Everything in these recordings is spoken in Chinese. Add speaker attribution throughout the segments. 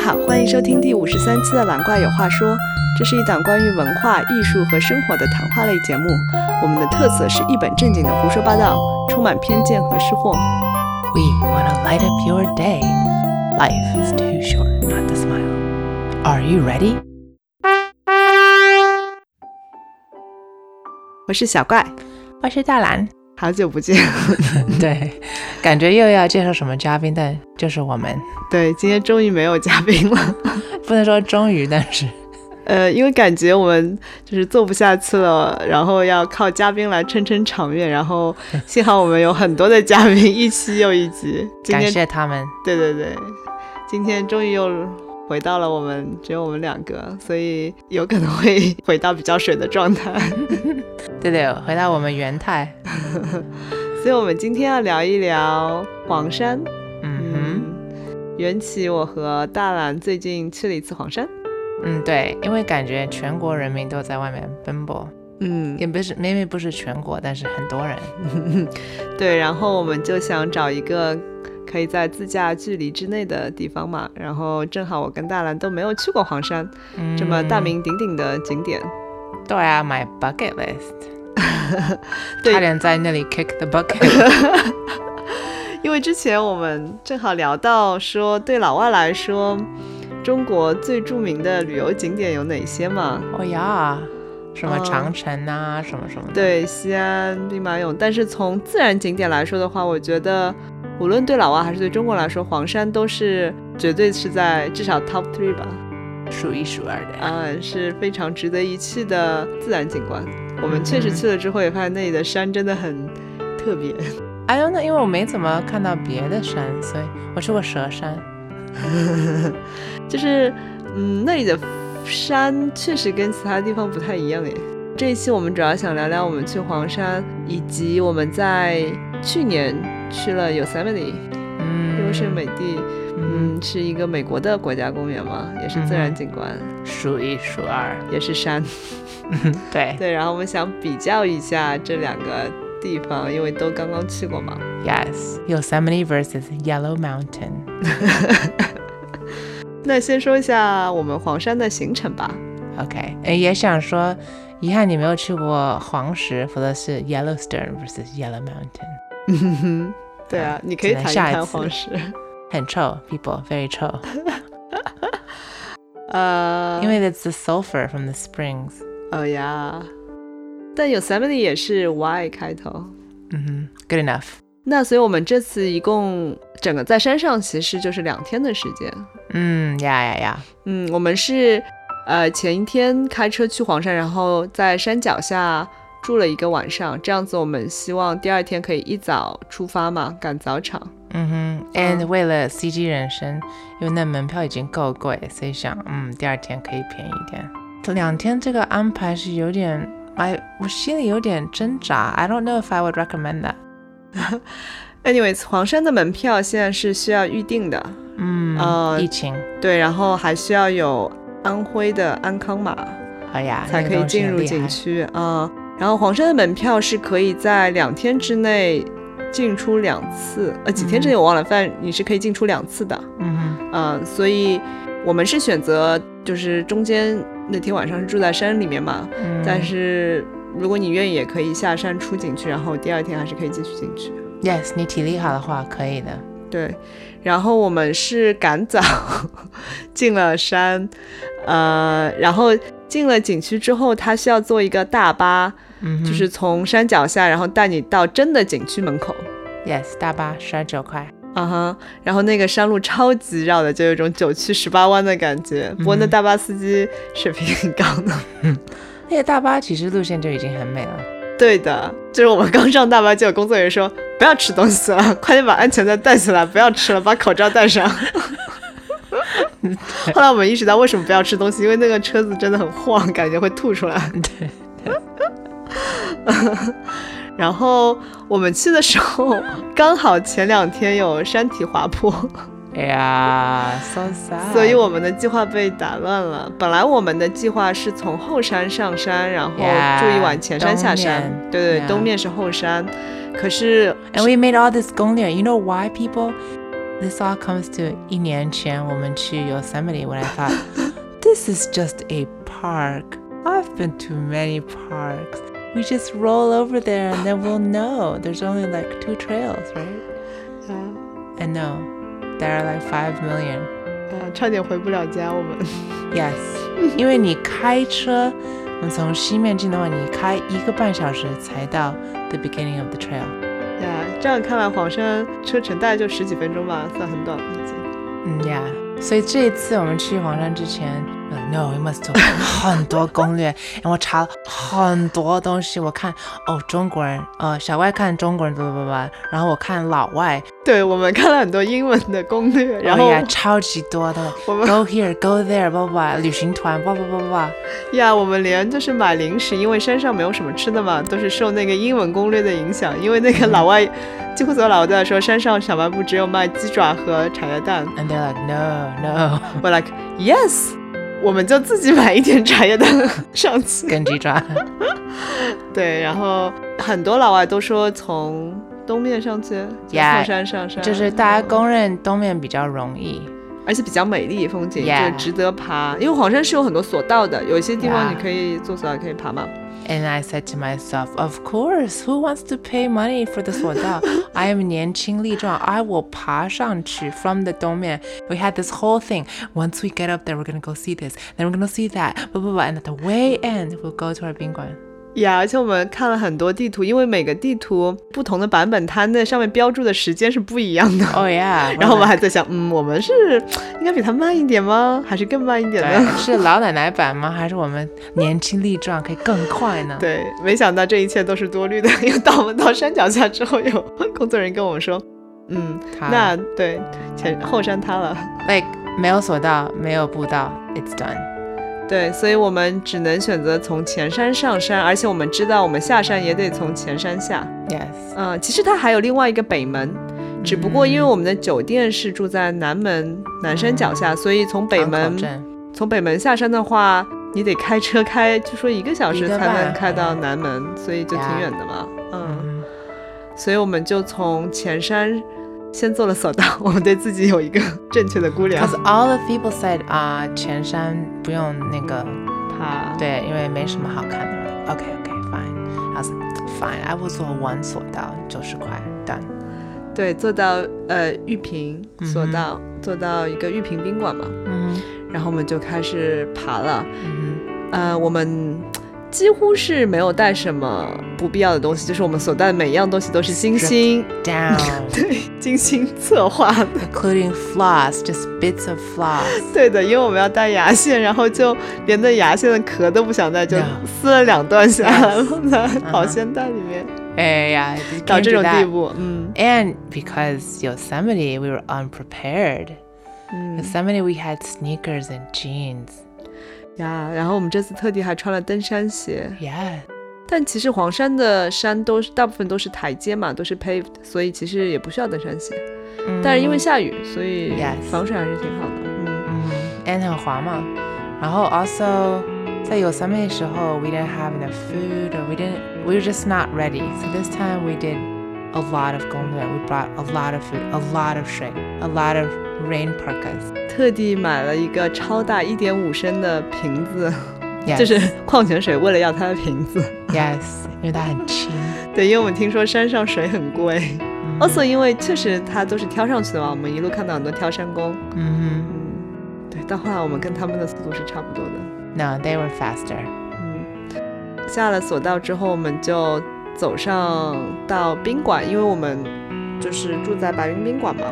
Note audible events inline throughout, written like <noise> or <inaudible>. Speaker 1: 好，欢迎收听第五十三期的《蓝怪有话说》，这是一档关于文化艺术和生活的谈话类节目。我们的特色是一本正经的胡说八道，充满偏见和失货。
Speaker 2: We want to light up your day. Life is too short not to smile. Are you ready?
Speaker 1: 我是小怪，
Speaker 2: 我是大蓝。
Speaker 1: 好久不见。
Speaker 2: <laughs>
Speaker 1: <laughs>
Speaker 2: 对，感觉又要介绍什么嘉宾，但就是我们，
Speaker 1: 对，今天终于没有嘉宾了。
Speaker 2: 不能说终于，但是
Speaker 1: 呃，因为感觉我们就是做不下去了，然后要靠嘉宾来撑撑场面。然后幸好我们有很多的嘉宾，一期又一集。今
Speaker 2: 感
Speaker 1: 天
Speaker 2: 谢他们。
Speaker 1: 对对对，今天终于又回到了我们只有我们两个，所以有可能会 <laughs> 回到比较水的状态。 <laughs>
Speaker 2: 对对，回到我们原态。
Speaker 1: 所以我们今天要聊一聊黄山。
Speaker 2: 嗯
Speaker 1: 嗯，缘起我和大兰最近去了一次黄山。
Speaker 2: 哼，嗯对，因为感觉全国人民都在外面奔波，
Speaker 1: 嗯，
Speaker 2: 也不是明明不是全国，但是很多人。
Speaker 1: <laughs> 对，然后我们就想找一个可以在自驾距离之内的地方嘛，然后正好我跟大兰都没有去过黄山
Speaker 2: 嗯、
Speaker 1: 这么大？名鼎鼎的景点，
Speaker 2: 对啊，my bucket list。
Speaker 1: <laughs> 对
Speaker 2: 差点在那里 kick the bucket。
Speaker 1: 因为之前我们正好聊到说，对老外来说，中国最著名的旅游景点有哪些嘛？
Speaker 2: 哦呀，Oh, 什么
Speaker 1: 嗯
Speaker 2: 长城啊，什么什么的。
Speaker 1: 对，西安、兵马俑。但是从自然景点来说的话，我觉得无论对老外还是对中国来说，黄山都是绝对是在至少 top three 吧，
Speaker 2: 数一数二的。
Speaker 1: 嗯，是非常值得一去的自然景观。我们确实
Speaker 2: 嗯
Speaker 1: 去了之后，也发现那里的山真的很特别。
Speaker 2: I don't know，因为我没怎么看到别的山，所以我去过蛇山。
Speaker 1: <laughs> 就是，嗯，那里的山确实跟其他地方不太一样诶。这一期我们主要想聊聊我们去黄山，以及我们在去年去了 Yosemite
Speaker 2: 嗯，
Speaker 1: 优胜美地，
Speaker 2: 嗯，
Speaker 1: 嗯，是一个美国的国家公园嘛，也是自然景观，
Speaker 2: 数一数二。
Speaker 1: <laughs> 也是山。
Speaker 2: 对
Speaker 1: 对，然后我们想比较一下这两个地方，因为都刚刚去过嘛。 <laughs>
Speaker 2: ，Yes，Yosemite versus Yellow Mountain。
Speaker 1: 那先说一下我们黄山的行程吧。
Speaker 2: OK，呃也想说，遗憾你没有去过黄石，否则是 Yellowstone versus Yellow Mountain。
Speaker 1: 嗯哼， <laughs> 对啊，你可以
Speaker 2: 只能
Speaker 1: 谈一
Speaker 2: 下一
Speaker 1: 谈
Speaker 2: 次
Speaker 1: 黄
Speaker 2: <laughs>
Speaker 1: 石。
Speaker 2: 很臭，people，very 臭
Speaker 1: 呃，
Speaker 2: 因为 it's the sulfur from the springs。
Speaker 1: 哦呀，但 Yosemite 也是 Y 开头。
Speaker 2: 嗯哼，good enough。
Speaker 1: 那所以我们这次一共整个在山上其实就是两天的时间。
Speaker 2: 嗯呀呀呀，
Speaker 1: 嗯，我们是呃前一天开车去黄山，然后在山脚下住了一个晚上，这样子我们希望第二天可以一早出发嘛，赶早场。
Speaker 2: 嗯哼，and 为了 CG 人生，因为那门票已经够贵，所以想，嗯，第二天可以便宜一点。这两天这个安排是有点，I 我心里有点挣扎。I don't know if I would recommend that。
Speaker 1: Anyways，黄山的门票现在是需要预定的，
Speaker 2: 嗯，
Speaker 1: 呃
Speaker 2: 疫情，
Speaker 1: 对，然后还需要有安徽的安康码
Speaker 2: 哎呀，
Speaker 1: 才
Speaker 2: 那
Speaker 1: 可
Speaker 2: 个
Speaker 1: 以
Speaker 2: 东西
Speaker 1: 进
Speaker 2: 很
Speaker 1: 入
Speaker 2: 厉
Speaker 1: 景
Speaker 2: 害。
Speaker 1: 区啊、然后黄山的门票是可以在两天之内进出两次，呃，几天之内我忘了，反正你是可以进出两次的。
Speaker 2: 嗯哼，
Speaker 1: 嗯，所以我们是选择就是中间那天晚上是住在山里面嘛，
Speaker 2: 嗯
Speaker 1: 但是如果你愿意，也可以下山出景区，然后第二天还是可以继续进去。
Speaker 2: yes，你体力好的话可以的。
Speaker 1: 对，然后我们是赶早 <laughs> 进了山，呃，然后进了景区之后，它需要坐一个大巴，
Speaker 2: 嗯哼，
Speaker 1: 就是从山脚下，然后带你到真的景区门口。
Speaker 2: yes，大巴十二九块。
Speaker 1: 啊哈，然后那个山路超级绕的，就有一种九曲十八弯的感觉。不过那
Speaker 2: 嗯
Speaker 1: 大巴司机水平很高呢。
Speaker 2: 那个大巴其实路线就已经很美了。
Speaker 1: 对的，就是我们刚上大巴，就有工作人员说不要吃东西了， <laughs> 快点把安全带戴起来，不要吃了，把口罩戴上。后来我们意识到为什么不要吃东西，因为那个车子真的很晃，感觉会吐出来。
Speaker 2: 对，
Speaker 1: <laughs> 然后我们去的时候，刚好前两天有山体滑坡，
Speaker 2: 哎呀，so sad。
Speaker 1: 所以我们的计划被打乱了。本来我们的计划是从后山上山，然后住一晚
Speaker 2: Yeah，
Speaker 1: 前山下山
Speaker 2: 东面
Speaker 1: 对对对
Speaker 2: Yeah
Speaker 1: 东面是后山。可是
Speaker 2: And we made all this 攻略。You know why, people? this all comes to 一年前我们去 Yosemite when I thought this is just a park. I've been to many parks. We just roll over there and then we'll know. There's only like two trails, right?
Speaker 1: 啊
Speaker 2: And no, there are like five million.
Speaker 1: 啊，差点回不了家，我们 <laughs>
Speaker 2: Yes，因为你开车，我们从西面进的话，你开一个半小时才到 the beginning of the trail。
Speaker 1: 呀，这样看来黄山车程大概就十几分钟吧，算很短了已经。
Speaker 2: 嗯呀，所以这一次我们去黄山之前呃，no，we must do
Speaker 1: <laughs>
Speaker 2: 很多攻略，然后我查了很多东西，我看哦，中国人，呃，小外看中国人，叭叭叭叭，然后我看老外，
Speaker 1: 对我们看了很多英文的攻略，然后
Speaker 2: 哎呀，超级多的
Speaker 1: 我们
Speaker 2: ，go here，go there，叭叭叭，旅行团，叭叭叭叭叭。
Speaker 1: 呀，我们连就是买零食，因为山上没有什么吃的嘛，都是受那个英文攻略的影响。因为那个老
Speaker 2: 嗯
Speaker 1: 外， <laughs> 几乎所有老外都在说，山上小卖部只有卖鸡爪和茶叶蛋。
Speaker 2: And they're like no no，
Speaker 1: 我 like yes，我们就自己买一点茶
Speaker 2: <laughs>
Speaker 1: 叶蛋上去。
Speaker 2: 跟鸡爪。
Speaker 1: 对，然后很多老外都说从东面上去，从
Speaker 2: Yeah，
Speaker 1: 后山上山，
Speaker 2: <laughs> 就是大家公认东面比较容易。
Speaker 1: 而且比较美丽风景
Speaker 2: Yeah
Speaker 1: 就值得爬。因为黄山是有很多索道的，有一些地方
Speaker 2: Yeah
Speaker 1: 你可以坐索道可以爬嘛。
Speaker 2: And I said to myself, of course, who wants to pay money for this 索道 I am 年轻力壮，I will 爬上去 from the 东面。We had this whole thing. Once we get up there, we're gonna go see this, then we're gonna see that, blah blah blah. And at the way end, we'll go to our 宾馆。
Speaker 1: 呀而且我们看了很多地图，因为每个地图不同的版本，它那上面标注的时间是不一样的。
Speaker 2: Oh
Speaker 1: <laughs>
Speaker 2: yeah.
Speaker 1: 然后我们还在想，嗯，我们是应该比它慢一点吗？还是更慢一点呢？
Speaker 2: 对，是老奶奶版吗？还是我们年轻力壮可以更快
Speaker 1: <laughs>
Speaker 2: 呢？
Speaker 1: 对，没想到这一切都是多虑的。 <laughs> 因为当我们到山脚下之后，有工作人员跟我们说，嗯，
Speaker 2: 好
Speaker 1: 那对前后山塌了，
Speaker 2: ，like 没有索道，没有步道，it's done。
Speaker 1: 对，所以我们只能选择从前山上山，而且我们知道我们下山也得从前山下。
Speaker 2: Yes.
Speaker 1: 嗯，其实它还有另外一个北门，只不过因
Speaker 2: 嗯
Speaker 1: 为我们的酒店是住在南门南山脚下，所以从北
Speaker 2: 港口
Speaker 1: 门
Speaker 2: 镇
Speaker 1: 从北门下山的话，你得开车开，就说一个小时
Speaker 2: 一个
Speaker 1: 才
Speaker 2: 半哎
Speaker 1: 能开到南门，所以就挺
Speaker 2: 呀
Speaker 1: 远的嘛。嗯，
Speaker 2: 嗯，
Speaker 1: 所以我们就从前山先做了索道， <laughs> 我们对自己有一个正确的估量
Speaker 2: Because all the people said uh, 啊、前山不用那个，
Speaker 1: 爬。
Speaker 2: 对，因为没什么好看的。OK OK fine，I was like, fine，I will 做完索道九十块，done。
Speaker 1: 对，坐到呃玉屏
Speaker 2: 嗯哼
Speaker 1: 索道，坐到一个玉屏宾馆嘛，
Speaker 2: 嗯
Speaker 1: 然后我们就开始爬了。
Speaker 2: 嗯
Speaker 1: 呃，我们几乎是没有带什么不必要的东西，就是我们所带的每一样东西都是精心 <laughs>
Speaker 2: ，down，including
Speaker 1: 对精心策划的。
Speaker 2: floss，just bits of floss。
Speaker 1: 对的，因为我们要带牙线，然后就连那牙线的壳都不想带，就
Speaker 2: Yeah.
Speaker 1: 撕了两段下来
Speaker 2: Yes.
Speaker 1: 放在保
Speaker 2: 嗯哼
Speaker 1: 鲜袋里面，
Speaker 2: 哎呀，
Speaker 1: 到这种地。步，嗯
Speaker 2: And because Yosemite, we were unprepared.
Speaker 1: 嗯
Speaker 2: Yosemite, we had sneakers and jeans.
Speaker 1: 呀。然后我们这次特地还穿了登山鞋，
Speaker 2: Yeah.
Speaker 1: 但其实黄山的山都是大部分都是台阶嘛，都是 paved，所以其实也不需要登山鞋。但是因为下雨，所以
Speaker 2: Yes.
Speaker 1: 防水还是挺好的。嗯，
Speaker 2: and 很滑嘛。然后 also 在 Yosemite 的时候，we didn't have enough food or we didn't we were just not ready. So this time we did a lot of 攻略，we brought a lot of food, a lot of 水，a lot of rain parkas.
Speaker 1: 特地买了一个超大一点五升的瓶子，
Speaker 2: Yes,
Speaker 1: 就是矿泉水，为了要它的瓶 <laughs> 子。
Speaker 2: yes，因为它很轻。
Speaker 1: 对，因为我们听说山上水很贵。
Speaker 2: 嗯
Speaker 1: <laughs> also，因哦为确实它都是挑上去的嘛，我们一路看到很多挑山工。
Speaker 2: Mm-hmm. 嗯
Speaker 1: 嗯，对，到后来我们跟他们的速度是差不多的。
Speaker 2: 哼，no they were faster.
Speaker 1: 嗯，下了索道之后，我们就走上到宾馆，因为我们就是住在白云宾馆嘛。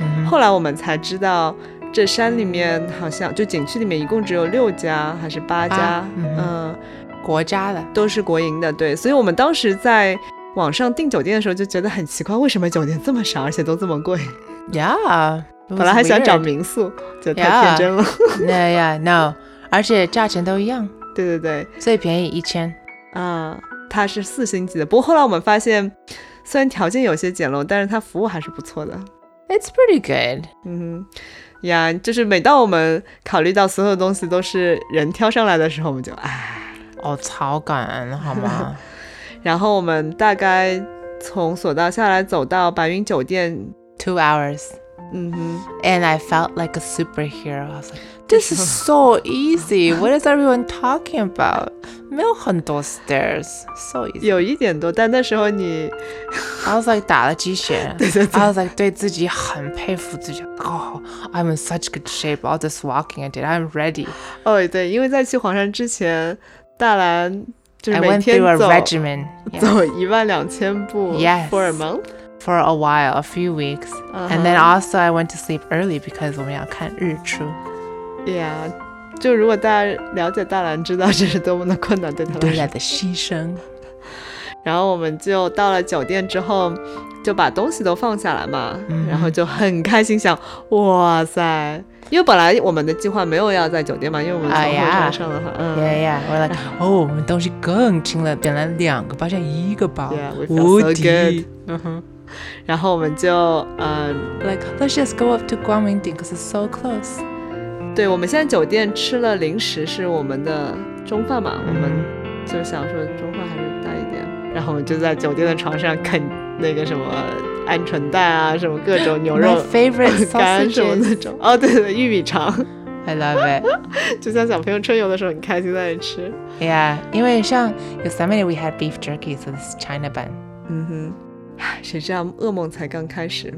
Speaker 2: 嗯哼
Speaker 1: 后来我们才知道，这山里面好像就景区里面一共只有六家还是八家
Speaker 2: 八，嗯
Speaker 1: 嗯，
Speaker 2: 国家的
Speaker 1: 都是国营的，对，所以我们当时在网上订酒店的时候就觉得很奇怪，为什么酒店这么少，而且都这么贵？
Speaker 2: ，Yeah，
Speaker 1: 本来还想找民宿，就太
Speaker 2: Yeah
Speaker 1: 天真了。
Speaker 2: 那 yeah no，而且价钱都一样，
Speaker 1: <laughs> 对对对，
Speaker 2: 最便宜一千。
Speaker 1: 啊、它是四星级的，不过后来我们发现，虽然条件有些简陋，但是它服务还是不错的。
Speaker 2: It's pretty good.
Speaker 1: 嗯哼，呀，就是每当我们考虑到所有东西都是人挑上来的时候，我们就哎唉。
Speaker 2: 哦，超感恩好
Speaker 1: <laughs>
Speaker 2: 吗？
Speaker 1: 然后我们大概从索道下来走到白云酒店
Speaker 2: two hours.
Speaker 1: 嗯哼，
Speaker 2: and I felt like a superhero. I was like, this
Speaker 1: <laughs>
Speaker 2: is so easy. What is everyone talking about? 没有很多 stairs. So easy.
Speaker 1: 有一点多，但那时候你
Speaker 2: I was like
Speaker 1: <laughs>
Speaker 2: 打了鸡血。I was like 对自己很佩服自己。Oh, I'm in such good shape. All this walking I did, I'm ready.
Speaker 1: 哦对，因为在去黄山之前，大兰就
Speaker 2: I
Speaker 1: 是每
Speaker 2: went
Speaker 1: 天
Speaker 2: through a
Speaker 1: 走
Speaker 2: regimen.
Speaker 1: <laughs>
Speaker 2: Yeah.
Speaker 1: 走一万两千步
Speaker 2: Yes.
Speaker 1: for a month，啊
Speaker 2: for a while, a few weeks, and then
Speaker 1: Uh-huh.
Speaker 2: also I went to sleep early because 我们要看日出。
Speaker 1: yeah。就如果大家了解大兰，知道这是多么的困难对他来说。
Speaker 2: 对了的牺牲。
Speaker 1: 然后我们就到了酒店之后，就把东西都放下来嘛，
Speaker 2: 嗯
Speaker 1: 然后就很开心想，哇塞！因为本来我们的计划没有要在酒店嘛，因为我们从
Speaker 2: 哎
Speaker 1: 火
Speaker 2: 呀
Speaker 1: 车站上的话，
Speaker 2: Yeah,
Speaker 1: 嗯
Speaker 2: yeah.
Speaker 1: <laughs>
Speaker 2: We're like, oh, 我们东西更轻了，本来两个包，现在一个包
Speaker 1: ，Yeah, we felt so
Speaker 2: 无敌。
Speaker 1: good。嗯哼，然后我们就，嗯，
Speaker 2: Like, let's just go up to 光明顶 because it's so close.
Speaker 1: 对，我们现在酒店吃了零食是我们的中饭嘛，我们就想说中饭还是大一点，然后我们就在酒店的床上啃那个什么鹌鹑蛋啊，什么各种牛
Speaker 2: My
Speaker 1: 肉
Speaker 2: favorite
Speaker 1: 干什么
Speaker 2: sausages.
Speaker 1: 那种， <laughs> 哦，对对，玉米肠。
Speaker 2: <laughs> I love it.
Speaker 1: 就像小朋友春游的时候，很开心在那里吃。
Speaker 2: Yeah, 因为像 Yosemite we had beef jerky, so this is China 版。
Speaker 1: 嗯哼，唉谁知道噩梦才刚开始。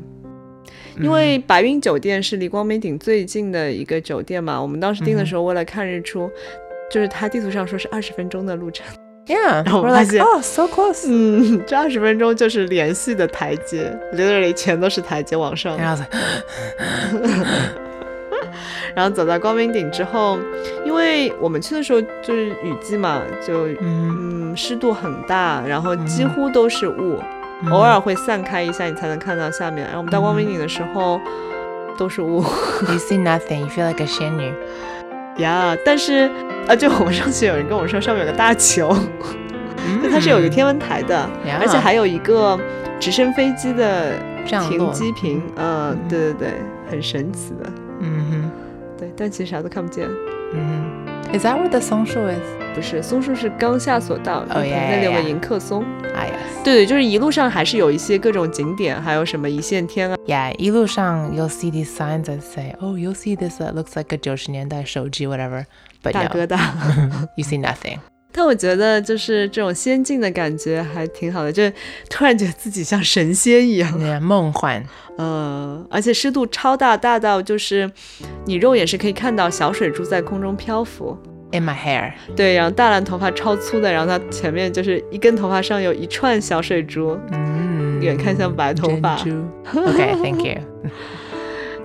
Speaker 1: 因为白云酒店是离光明顶最近的一个酒店嘛，我们当时订的时候为了看日出，就是它地图上说是二十分钟的路程。
Speaker 2: Yeah,
Speaker 1: 然后
Speaker 2: we're
Speaker 1: 我
Speaker 2: like,
Speaker 1: 发现-
Speaker 2: oh, so close.
Speaker 1: Mm-hmm. 嗯，这二十分钟就是连续的台阶，literally 全都是台阶往上。
Speaker 2: And I was like, <gasps>
Speaker 1: 然后走到光明顶之后，因为我们去的时候就是雨季嘛，就
Speaker 2: 嗯，
Speaker 1: 嗯湿度很大，然后几乎都是雾。
Speaker 2: 嗯
Speaker 1: 偶
Speaker 2: Mm-hmm.
Speaker 1: 尔会散开一下，你才能看到下面。然后我们到光明顶的时候，都是雾
Speaker 2: You see nothing. You feel like a 仙女。
Speaker 1: 呀。但是啊，就我们上次有人跟我说上面有个大球，就它是有一个天文台的，
Speaker 2: 呀
Speaker 1: 而且还有一个直升飞机的停机坪。嗯，
Speaker 2: 嗯
Speaker 1: 对对对，很神奇的。
Speaker 2: 嗯哼，嗯哼。
Speaker 1: 对，但其实啥都看不见。Mm-hmm.
Speaker 2: Is that where the松 show is?
Speaker 1: 不是，松树是刚下索道，
Speaker 2: 哦
Speaker 1: 一
Speaker 2: 呀
Speaker 1: 旁那里有
Speaker 2: 呀
Speaker 1: 个
Speaker 2: 呀
Speaker 1: 迎客松。
Speaker 2: Ah yes.
Speaker 1: 对对，就是一路上还是有一些各种景点，还有什么一线天啊。
Speaker 2: Yeah, 一路上 you'll see these signs that say, "Oh, you'll see this that looks like a 90年代手机 whatever," but
Speaker 1: 大
Speaker 2: no,
Speaker 1: 哥大。
Speaker 2: you see nothing.
Speaker 1: 但我觉得就是这种仙境的感觉还挺好的，就突然觉得自己像神仙一样。
Speaker 2: Yeah, 梦幻。
Speaker 1: 嗯，而且湿度超大，大到就是你肉眼是可以看到小水珠在空中漂浮。
Speaker 2: In my hair.
Speaker 1: 对，然后大蓝头发超粗的，然后它前面就是一根头发上有一串小水珠，远看像白头发。
Speaker 2: Okay, Mm, thank you.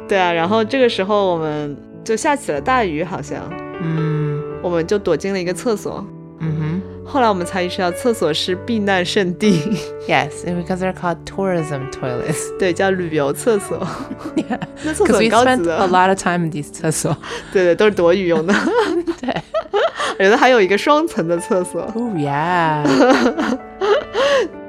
Speaker 1: 对啊，然后这个时候我们就下起了大雨，好像
Speaker 2: Mm,
Speaker 1: 我们就躲进了一个厕所。
Speaker 2: 嗯，嗯哼。
Speaker 1: 后来我们才意识到，厕所是避难圣地， <laughs>
Speaker 2: Yes, and because they're called tourism toilets.
Speaker 1: 对，叫旅游厕所。
Speaker 2: <laughs> Yeah,
Speaker 1: 那厕所
Speaker 2: because
Speaker 1: 很
Speaker 2: we
Speaker 1: 高
Speaker 2: spent
Speaker 1: 级
Speaker 2: a
Speaker 1: 的，
Speaker 2: lot of time in these 厕所。
Speaker 1: 对对，都是躲雨用的。
Speaker 2: <laughs> 对，
Speaker 1: 我觉得还有一个双层的厕所，
Speaker 2: Oh yeah.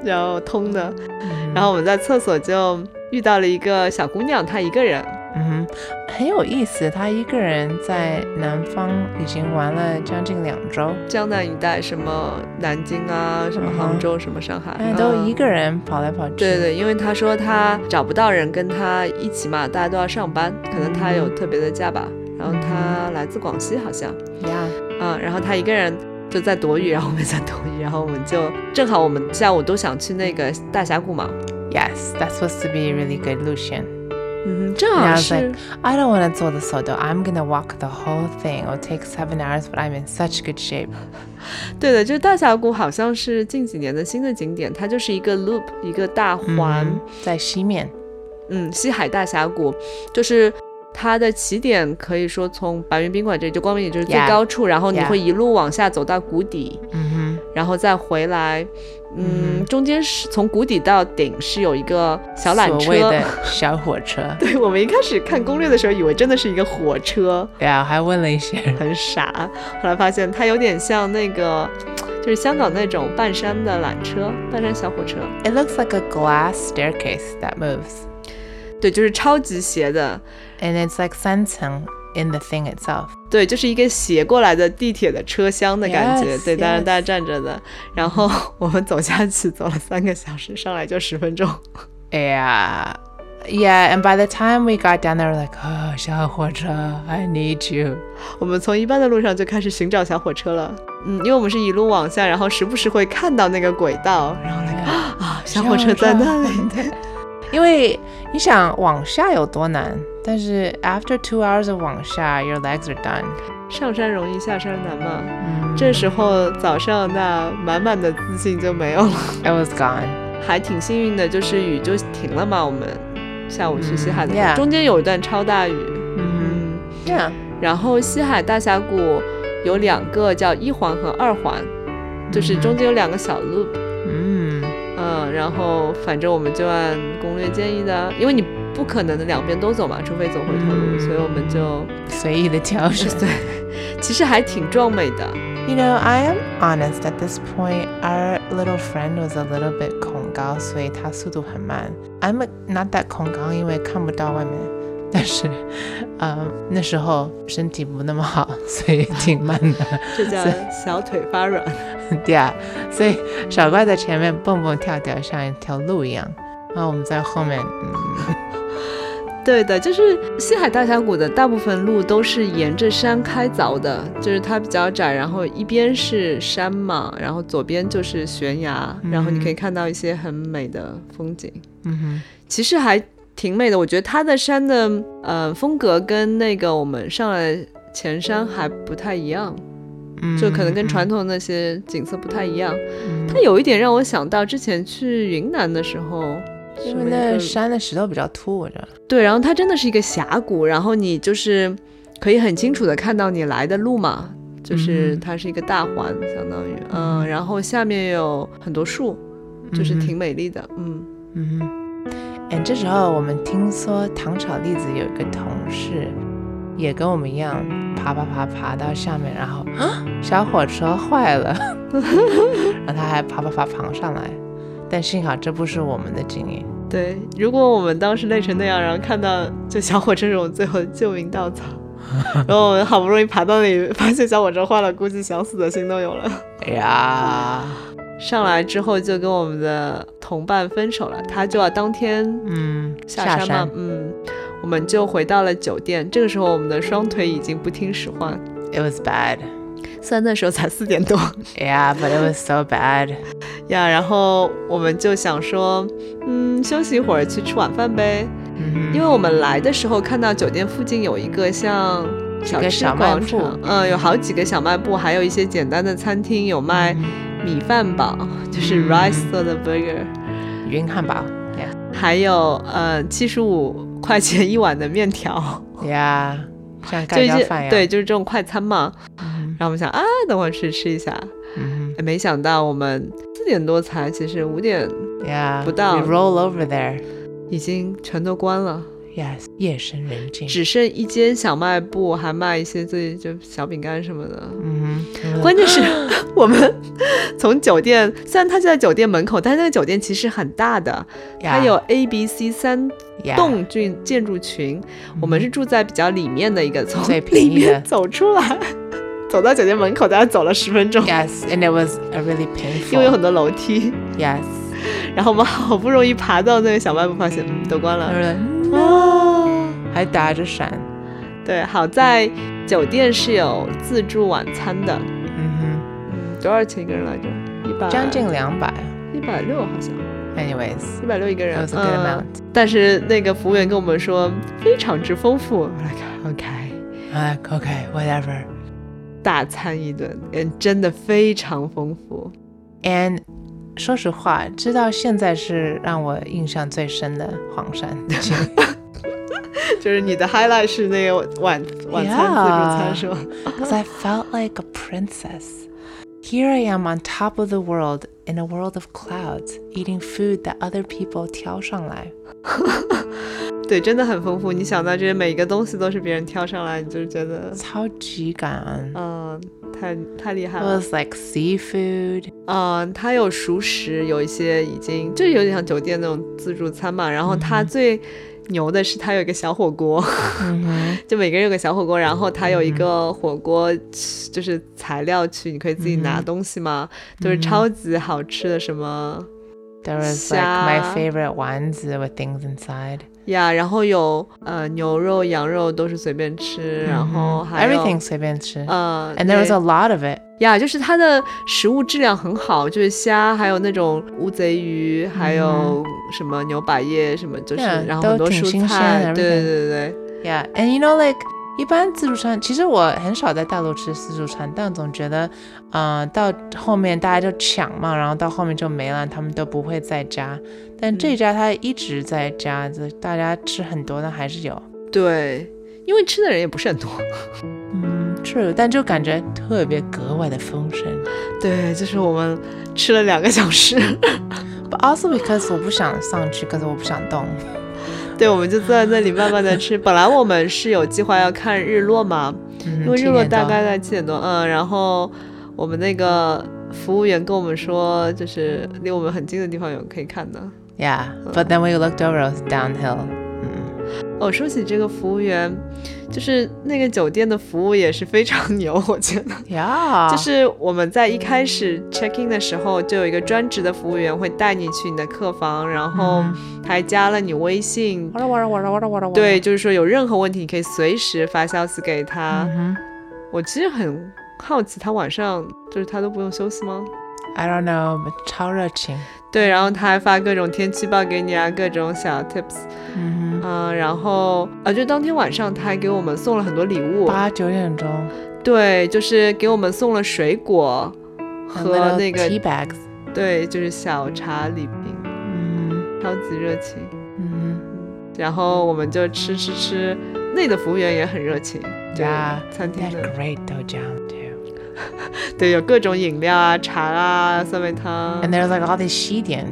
Speaker 1: 然后通的。
Speaker 2: 嗯
Speaker 1: 然后我们在厕所就遇到了一个小姑娘，她一个人。
Speaker 2: 嗯哼，Mm-hmm. 很有意思。他一个人在南方已经玩了将近两周，
Speaker 1: 江南一带，什么南京啊，什么
Speaker 2: 嗯哼
Speaker 1: 杭州，什么上海，
Speaker 2: 但哎都
Speaker 1: 嗯
Speaker 2: 一个人跑来跑去。
Speaker 1: 对对，因为她说她找不到人跟她一起嘛，大家都要上班，可能她有特别的假吧。然后她来自广西，好像，
Speaker 2: 呀，
Speaker 1: 嗯，然后她一个人就在躲雨，然后我们在躲雨，然后我们就正好我们下午都想去那个大峡谷嘛，
Speaker 2: Yes, that's supposed to be a really good Lucian.
Speaker 1: 嗯，正
Speaker 2: 然
Speaker 1: 好
Speaker 2: 后
Speaker 1: 是
Speaker 2: 在 I don't want to do the sodo. I'm gonna walk the whole thing. It'll take seven hours, but I'm in such good shape.
Speaker 1: 对的，就是大峡谷好像是近几年的新的景点，它就是一个 loop，一个大
Speaker 2: Mm-hmm.
Speaker 1: 环，
Speaker 2: 嗯在西面，
Speaker 1: 嗯西海大峡谷，就是它的起点可以说从白云宾馆这里就光明顶就是最
Speaker 2: Yeah，
Speaker 1: 高处然后你
Speaker 2: yeah
Speaker 1: 会一路往下走到谷底
Speaker 2: 嗯
Speaker 1: 然后再回来，嗯，中间是从谷底到顶是有一个小
Speaker 2: 哼，
Speaker 1: 缆
Speaker 2: 所谓
Speaker 1: 车。
Speaker 2: <laughs> 的小火车。
Speaker 1: <laughs> 对我们一开始看攻略的时候，以为真的是一个火车，
Speaker 2: 对啊，我还问了一些人。
Speaker 1: 很傻。后来发现它有点像那个，就是香港那种半山的缆车，半山小火车。
Speaker 2: It looks like a glass staircase that moves,
Speaker 1: 对，就是超级斜的，
Speaker 2: and it's like 三层 in the thing itself.
Speaker 1: 对，就是一个斜过来的地铁的车厢的感觉。
Speaker 2: Yes,
Speaker 1: 对，当然
Speaker 2: yes.
Speaker 1: 大家站着的，然后我们走下去走了三个小时，上来就十分钟。
Speaker 2: Yeah, Yeah, and by the time we got down there, we're like, oh, 小火车，I need you.
Speaker 1: 我们从一般的路上就开始寻找小火车了。嗯，因为我们是一路往下，然后时不时会看到那个轨道，然
Speaker 2: <gasps>
Speaker 1: 后
Speaker 2: Yeah.
Speaker 1: 啊， <laughs> 小火车在那里。
Speaker 2: 对，因为你想往下有多难，但是 after two hours of 往下，your legs are done。
Speaker 1: 上山容易下山难嘛。
Speaker 2: 嗯
Speaker 1: 这时候早上那满满的自信就没有了， <laughs>
Speaker 2: ，it was gone。
Speaker 1: 还挺幸运的，就是雨就停了嘛。我们下午去西海的时候，
Speaker 2: 嗯，yeah
Speaker 1: 中间有一段超大雨，
Speaker 2: 嗯
Speaker 1: 嗯，
Speaker 2: ，Yeah，
Speaker 1: 然后西海大峡谷有两个叫一环和二环，就是中间有两个小路，
Speaker 2: 嗯
Speaker 1: 嗯，然后反正我们就按攻略建议的，因为你不可能两边都走嘛，除非走回头路，
Speaker 2: 嗯
Speaker 1: 所以我们就
Speaker 2: 随意的挑选。 <laughs>
Speaker 1: 其实还挺壮美的。
Speaker 2: You know, I am honest at this point. Our little friend was a little bit 恐高，所以他速度很慢。I'm not that 恐高，因为看不到外面。但是，嗯，那时候身体不那么好，所以挺慢的。
Speaker 1: 这叫 <laughs> 小腿发软。
Speaker 2: <laughs> 对啊，所以小怪在前面蹦蹦跳跳，像一条路一样。然后我们在后面，嗯，
Speaker 1: 对的，就是西海大峡谷的大部分路都是沿着山开凿的，就是它比较窄，然后一边是山嘛，然后左边就是悬崖，然后你可以看到一些很美的风景。
Speaker 2: 嗯
Speaker 1: 其实还挺美的。我觉得它的山的呃风格跟那个我们上来前山还不太一样，
Speaker 2: 哼，嗯
Speaker 1: 就可能跟传
Speaker 2: 统，
Speaker 1: 统的那些景色不太一样。
Speaker 2: 嗯
Speaker 1: 它有一点让我想到之前去云南的时候。
Speaker 2: 嗯因
Speaker 1: 什
Speaker 2: 为
Speaker 1: 么一
Speaker 2: 那
Speaker 1: 个
Speaker 2: 山的石头比较凸，我觉得。
Speaker 1: 对，然后它真的是一个峡谷，然后你就是可以很清楚的看到你来的路嘛，就是
Speaker 2: 嗯
Speaker 1: 它是一个大环，相当于嗯，然后下面有很多树，就是
Speaker 2: 嗯哼
Speaker 1: 挺美丽的，嗯。
Speaker 2: 嗯哼，哎，这时候我们听说糖炒栗子有一个同事，也跟我们一样爬爬爬爬到下面，然后啊，小火车坏了， <laughs> 然后他还爬爬爬爬上来，但幸好这不是我们的经验。
Speaker 1: 对，如果我们当时累成那样，然后看到就小火车是我们最后的救命稻草，然后我们好不容易爬到那里，发现小火车坏了，估计想死的心都有了。
Speaker 2: 哎呀，
Speaker 1: 上来之后就跟我们的同伴分手了，他就要当天
Speaker 2: 嗯，
Speaker 1: 下
Speaker 2: 下
Speaker 1: 山嘛，嗯，我们就回到了酒店。这个时候我们的双腿已经不听使唤，
Speaker 2: It was bad.
Speaker 1: 虽然那时候才四点多 <laughs>
Speaker 2: Yeah, but it was so bad.
Speaker 1: 呀，然后我们就想说，嗯，休息一会儿去吃晚饭呗。
Speaker 2: 嗯
Speaker 1: 因为我们来的时候看到酒店附近有一个像小
Speaker 2: 个
Speaker 1: 吃
Speaker 2: 小卖
Speaker 1: 广场
Speaker 2: 铺，
Speaker 1: 嗯，有好几个小卖部，还有一些简单的餐厅，有卖米饭堡， <laughs> 就是
Speaker 2: 嗯
Speaker 1: rice 做的 burger，
Speaker 2: 云汉堡
Speaker 1: 还有呃七十五块钱一碗的面条，
Speaker 2: ，Yeah，像
Speaker 1: 就
Speaker 2: 盖
Speaker 1: 一
Speaker 2: 浇
Speaker 1: 些
Speaker 2: 饭一样。
Speaker 1: 对，，就是这种快餐嘛。
Speaker 2: 嗯
Speaker 1: 然后我们想啊，等会儿去吃一下，
Speaker 2: 哼
Speaker 1: 哎没想到我们四点多才，其实五点
Speaker 2: ，Yeah，
Speaker 1: 不到
Speaker 2: We roll over there.
Speaker 1: 已经全都关了，
Speaker 2: Yes，夜深人静。
Speaker 1: 只剩一间小卖部，还卖一些自己就小饼干什么的。
Speaker 2: 嗯哼，
Speaker 1: 关键
Speaker 2: <laughs>
Speaker 1: 是我们从酒店，虽然它就在酒店门口，但是那个酒店其实很大的，它有 A、B、C 三
Speaker 2: Yeah，Mm-hmm.
Speaker 1: 栋建建筑群。我们是住在比较里面的一个，从
Speaker 2: 嗯最便
Speaker 1: 里
Speaker 2: 宜的
Speaker 1: 面走出来，走到酒店门口，大概走了十分钟
Speaker 2: yeah。Yes, and it was a really painful.
Speaker 1: 因为有很多楼梯，
Speaker 2: Yes，
Speaker 1: 然后我们好不容易爬到那个小卖部，发现嗯都关
Speaker 2: 他
Speaker 1: 了。
Speaker 2: 说
Speaker 1: 哦，
Speaker 2: 还打着伞。
Speaker 1: 对，好在酒店是有自助晚餐的，
Speaker 2: 嗯
Speaker 1: 嗯，多少钱一个人来着？一百
Speaker 2: 哼，将近两百。
Speaker 1: 一百六好像，
Speaker 2: Anyways，
Speaker 1: 一百六一个
Speaker 2: it
Speaker 1: 人。
Speaker 2: was a good
Speaker 1: 嗯
Speaker 2: amount.
Speaker 1: 但是那个服务员跟我们说非常之丰富。我来看，OK，
Speaker 2: 啊，OK, whatever.
Speaker 1: 大餐一顿，嗯，真的非常丰富。
Speaker 2: And 说实话，直到现在是让我印象最深的黄山。
Speaker 1: <laughs> 就是你的 highlight 是那个晚晚餐自助餐是吗
Speaker 2: Because I felt like a princess. Here I am on top of the world in a world of clouds, eating food that other people 挑上来。
Speaker 1: 对，真的很丰富。你想到这些每一个东西都是别人挑上来，你就是觉得，
Speaker 2: 超级感恩。
Speaker 1: 嗯，太太厉
Speaker 2: It
Speaker 1: 害了。
Speaker 2: was like seafood.
Speaker 1: 嗯，它有熟食，有一些已经就是有点像酒店那种自助餐嘛。然后它最牛的是它有一个小火锅。就每个人有个小火锅，然后它有一个火锅区就是材料区，你可以自己拿东西嘛，都是超级好吃的，什么
Speaker 2: <laughs> There was like my
Speaker 1: 虾
Speaker 2: favorite 丸子 with things inside.
Speaker 1: 呀然后有呃牛肉、羊肉都是随便吃，然后
Speaker 2: Mhm.
Speaker 1: 还有
Speaker 2: everything 随便吃。
Speaker 1: 呃
Speaker 2: and there was
Speaker 1: 对
Speaker 2: a lot of it.
Speaker 1: 呀就是它的食物质量很好，就是虾，还有那种乌贼鱼，还有什么牛百叶什么，就是、
Speaker 2: Yeah，
Speaker 1: 然后很多
Speaker 2: 都挺新
Speaker 1: 蔬
Speaker 2: 鲜
Speaker 1: 菜，
Speaker 2: everything
Speaker 1: 对对对
Speaker 2: Yeah, and you know like 一般自助餐，其实我很少在大陆吃自助餐，但总觉得，嗯、呃，到后面大家就抢嘛，然后到后面就没了，他们都不会再加。但这家它一直在加，就大家吃很多，但还是有。
Speaker 1: 对，因为吃的人也不是很多，
Speaker 2: 嗯，true，但就感觉特别格外的丰盛。
Speaker 1: 对，就是我们吃了两个小时，
Speaker 2: But also because 我不想上去，可是我不想动。
Speaker 1: 对，我们就坐在那里慢慢的吃。本来我们是有计划要看日落嘛，
Speaker 2: 嗯
Speaker 1: 因为日落大概。
Speaker 2: 七点多
Speaker 1: 在七点多，嗯，然后我们那个服务员跟我们说，就是离我们很近的地方有可以看的。
Speaker 2: Yeah, but then when you looked over, it was downhill. Mm. <laughs> 嗯
Speaker 1: 哦，说起这个服务员，就是那个酒店的服务也是非常 <laughs> 牛，我觉得。
Speaker 2: ，Yeah，
Speaker 1: 就是我们在一开始 check in 的时候，就有一个专职的服务员会带你去你的客房，然后
Speaker 2: 嗯
Speaker 1: 他还加了你微信。
Speaker 2: 哇啦哇啦哇啦哇啦哇啦。
Speaker 1: 对，，就是说有任何问题，你可以随时发消息给他。
Speaker 2: 嗯哼
Speaker 1: 我其实很好奇，他晚上就是他都不用休息吗？
Speaker 2: ，I don't know，超热情。
Speaker 1: 对，然后他还发各种天气预报给你啊，各种小 tips，
Speaker 2: 嗯
Speaker 1: 嗯、然后啊，就当天晚上他还给我们送了很多礼
Speaker 2: 哼，
Speaker 1: 物，
Speaker 2: 八九点钟
Speaker 1: 对，就是给我们送了水果和那个
Speaker 2: tea bags。
Speaker 1: 对，就是小茶礼品，
Speaker 2: 嗯
Speaker 1: 超级热情。
Speaker 2: 嗯
Speaker 1: 然后我们就吃吃吃，那里的服务员也很热情，对
Speaker 2: Yeah，
Speaker 1: 餐厅
Speaker 2: ，that
Speaker 1: 的
Speaker 2: great 豆浆 too。
Speaker 1: 对，有各种饮料啊、茶啊、酸梅汤
Speaker 2: And，there's like all these 西点。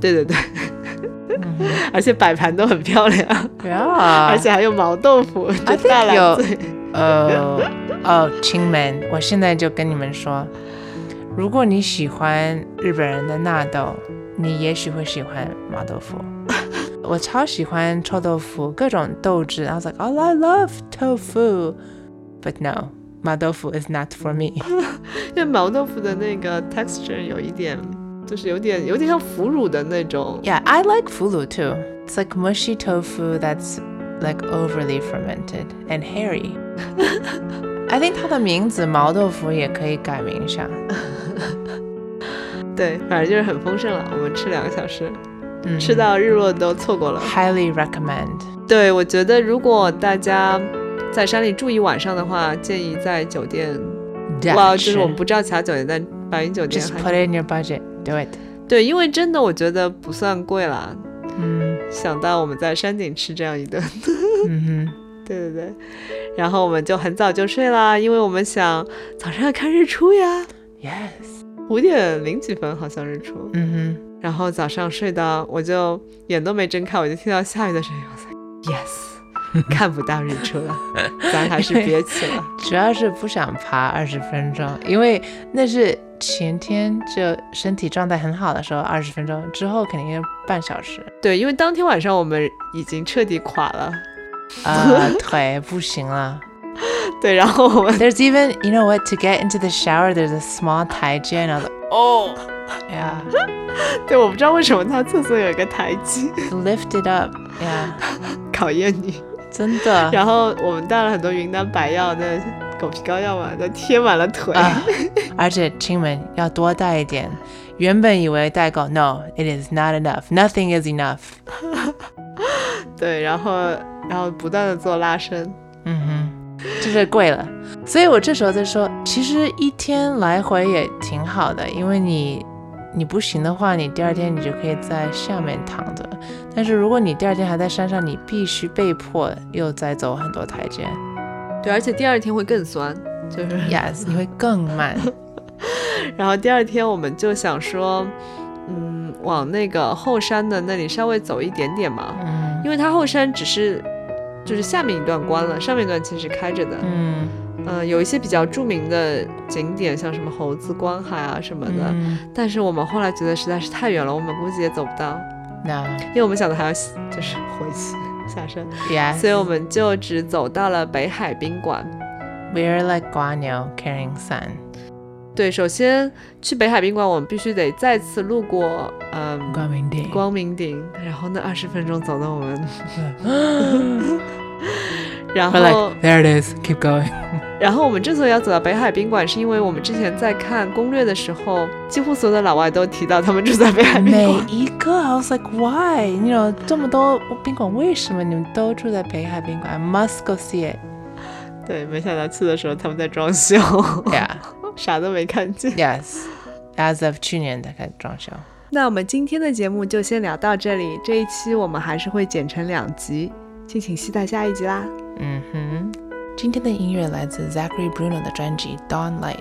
Speaker 1: 对对对，
Speaker 2: 嗯哼
Speaker 1: 而且摆盘都很漂亮，
Speaker 2: <laughs> Yeah，
Speaker 1: 而且还有毛豆腐，就大
Speaker 2: I think
Speaker 1: 蓝
Speaker 2: 有
Speaker 1: 醉。
Speaker 2: <laughs> 呃哦，亲们，我现在就跟你们说，如果你喜欢日本人的纳豆，你也许会喜欢麻豆 <laughs> 腐。我超喜欢臭豆腐，各种豆制。I was like, oh, I love tofu, but no, 麻豆腐 is not for me.
Speaker 1: <laughs> 因为毛豆腐的那个 texture 有一点，就是有点有点像腐乳的那种。
Speaker 2: <laughs> Yeah, I like fulu too. It's like mushy tofu that's like overly fermented and <laughs> hairy. I think 它的名字毛豆腐也可以改名一下。
Speaker 1: 对，反正就是很丰盛了。我们吃两个小时，
Speaker 2: 嗯
Speaker 1: 吃到日落都错过了。
Speaker 2: highly recommend.
Speaker 1: 对，我觉得如果大家在山里住一晚上的话，建议在酒店，哇，就是我们不知道其他酒店，但白云酒店
Speaker 2: Just
Speaker 1: 还
Speaker 2: put it in your budget. Do it.
Speaker 1: 对，因为真的我觉得不算贵啦。
Speaker 2: 嗯
Speaker 1: 想到我们在山顶吃这样一顿，
Speaker 2: 嗯
Speaker 1: 对对对，然后我们就很早就睡啦，因为我们想早上要看日出呀，
Speaker 2: 哼，Yes.
Speaker 1: 五点零几分好像日出。
Speaker 2: 嗯
Speaker 1: 然后早上睡到，我就眼都没睁开，我就听到下雨的声音，我说 yes，看不到日出了，咱还是别起了。
Speaker 2: 哼，主要是不想爬二十分钟，因为那是前天就身体状态很好的时候，二十分钟之后肯定是半小时。 <laughs>
Speaker 1: 对，因为当天晚上我们已经彻底垮了，
Speaker 2: 啊，腿不行了。
Speaker 1: 对，然后我们
Speaker 2: There's even, you know what, to get into the shower, there's a small 台阶 and I was like, oh, yeah,
Speaker 1: 对，我不知道为什么他厕所有一个台阶
Speaker 2: lift it up, yeah,
Speaker 1: 考验你，
Speaker 2: 真的。
Speaker 1: 然后我们带了很多云南白药那狗皮膏药嘛，都贴满了腿。
Speaker 2: 啊！
Speaker 1: <laughs>
Speaker 2: 而且亲们要多带一点。原本以为带够，no, it is not enough. Nothing is enough.
Speaker 1: 对，然后然后不断的做拉伸，
Speaker 2: 嗯哼，就是贵了。所以我这时候在说，其实一天来回也挺好的，因为你你不行的话，你第二天你就可以在下面躺着。但是如果你第二天还在山上，你必须被迫又再走很多台
Speaker 1: <laughs>
Speaker 2: 阶。
Speaker 1: 对，而且第二天会更酸，就是
Speaker 2: Yes，你会更
Speaker 1: <laughs>
Speaker 2: 慢。
Speaker 1: 然后第二天我们就想说，嗯，往那个后山的那里稍微走一点点嘛，
Speaker 2: 嗯
Speaker 1: 因为它后山只是就是下面一段关了，上面一段其实开着的。
Speaker 2: 嗯
Speaker 1: 嗯、有一些比较著名的景点，像什么猴子关海啊什么的，
Speaker 2: 嗯
Speaker 1: 但是我们后来觉得实在是太远了，我们估计也走不到，
Speaker 2: ，No，
Speaker 1: 因为我们想的还要 <laughs> 西就是回去 <laughs> 下山，
Speaker 2: yeah，
Speaker 1: 所以我们就只走到了北海宾馆。
Speaker 2: We're like 瓜牛 carrying sun.
Speaker 1: 对，首先去北海宾馆，我们必须得再次路过，嗯，
Speaker 2: 光明顶，
Speaker 1: 光明顶，然后那二十分钟走到我 <laughs> 们，然
Speaker 2: We're
Speaker 1: 后
Speaker 2: like there it is, keep going。
Speaker 1: 然后我们之所以要走到北海宾馆，是因为我们之前在看攻略的时候，几乎所有的老外都提到他们住在北海宾
Speaker 2: 每
Speaker 1: 馆。
Speaker 2: 一个，I was like why？你 you know 这么多宾馆，为什么你们都住在北海宾馆？I must go see it。
Speaker 1: 对，没想到去的时候他们在装修，
Speaker 2: <laughs>
Speaker 1: <laughs>
Speaker 2: Yeah,
Speaker 1: 啥都没看见。
Speaker 2: yes. As of 去年才开始装修。
Speaker 1: 那我们今天的节目就先聊到这里，这一期我们还是会剪成两集，敬请期待下一集啦。
Speaker 2: 嗯哼，今天的音乐来自 Zachary Bruno 的专辑《Dawn Light》，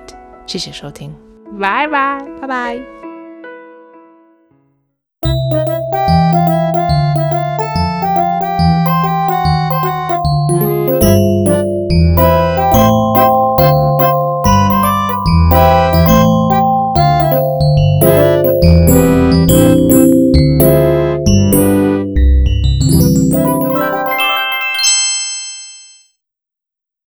Speaker 2: 谢谢收听。
Speaker 1: 拜拜，拜拜。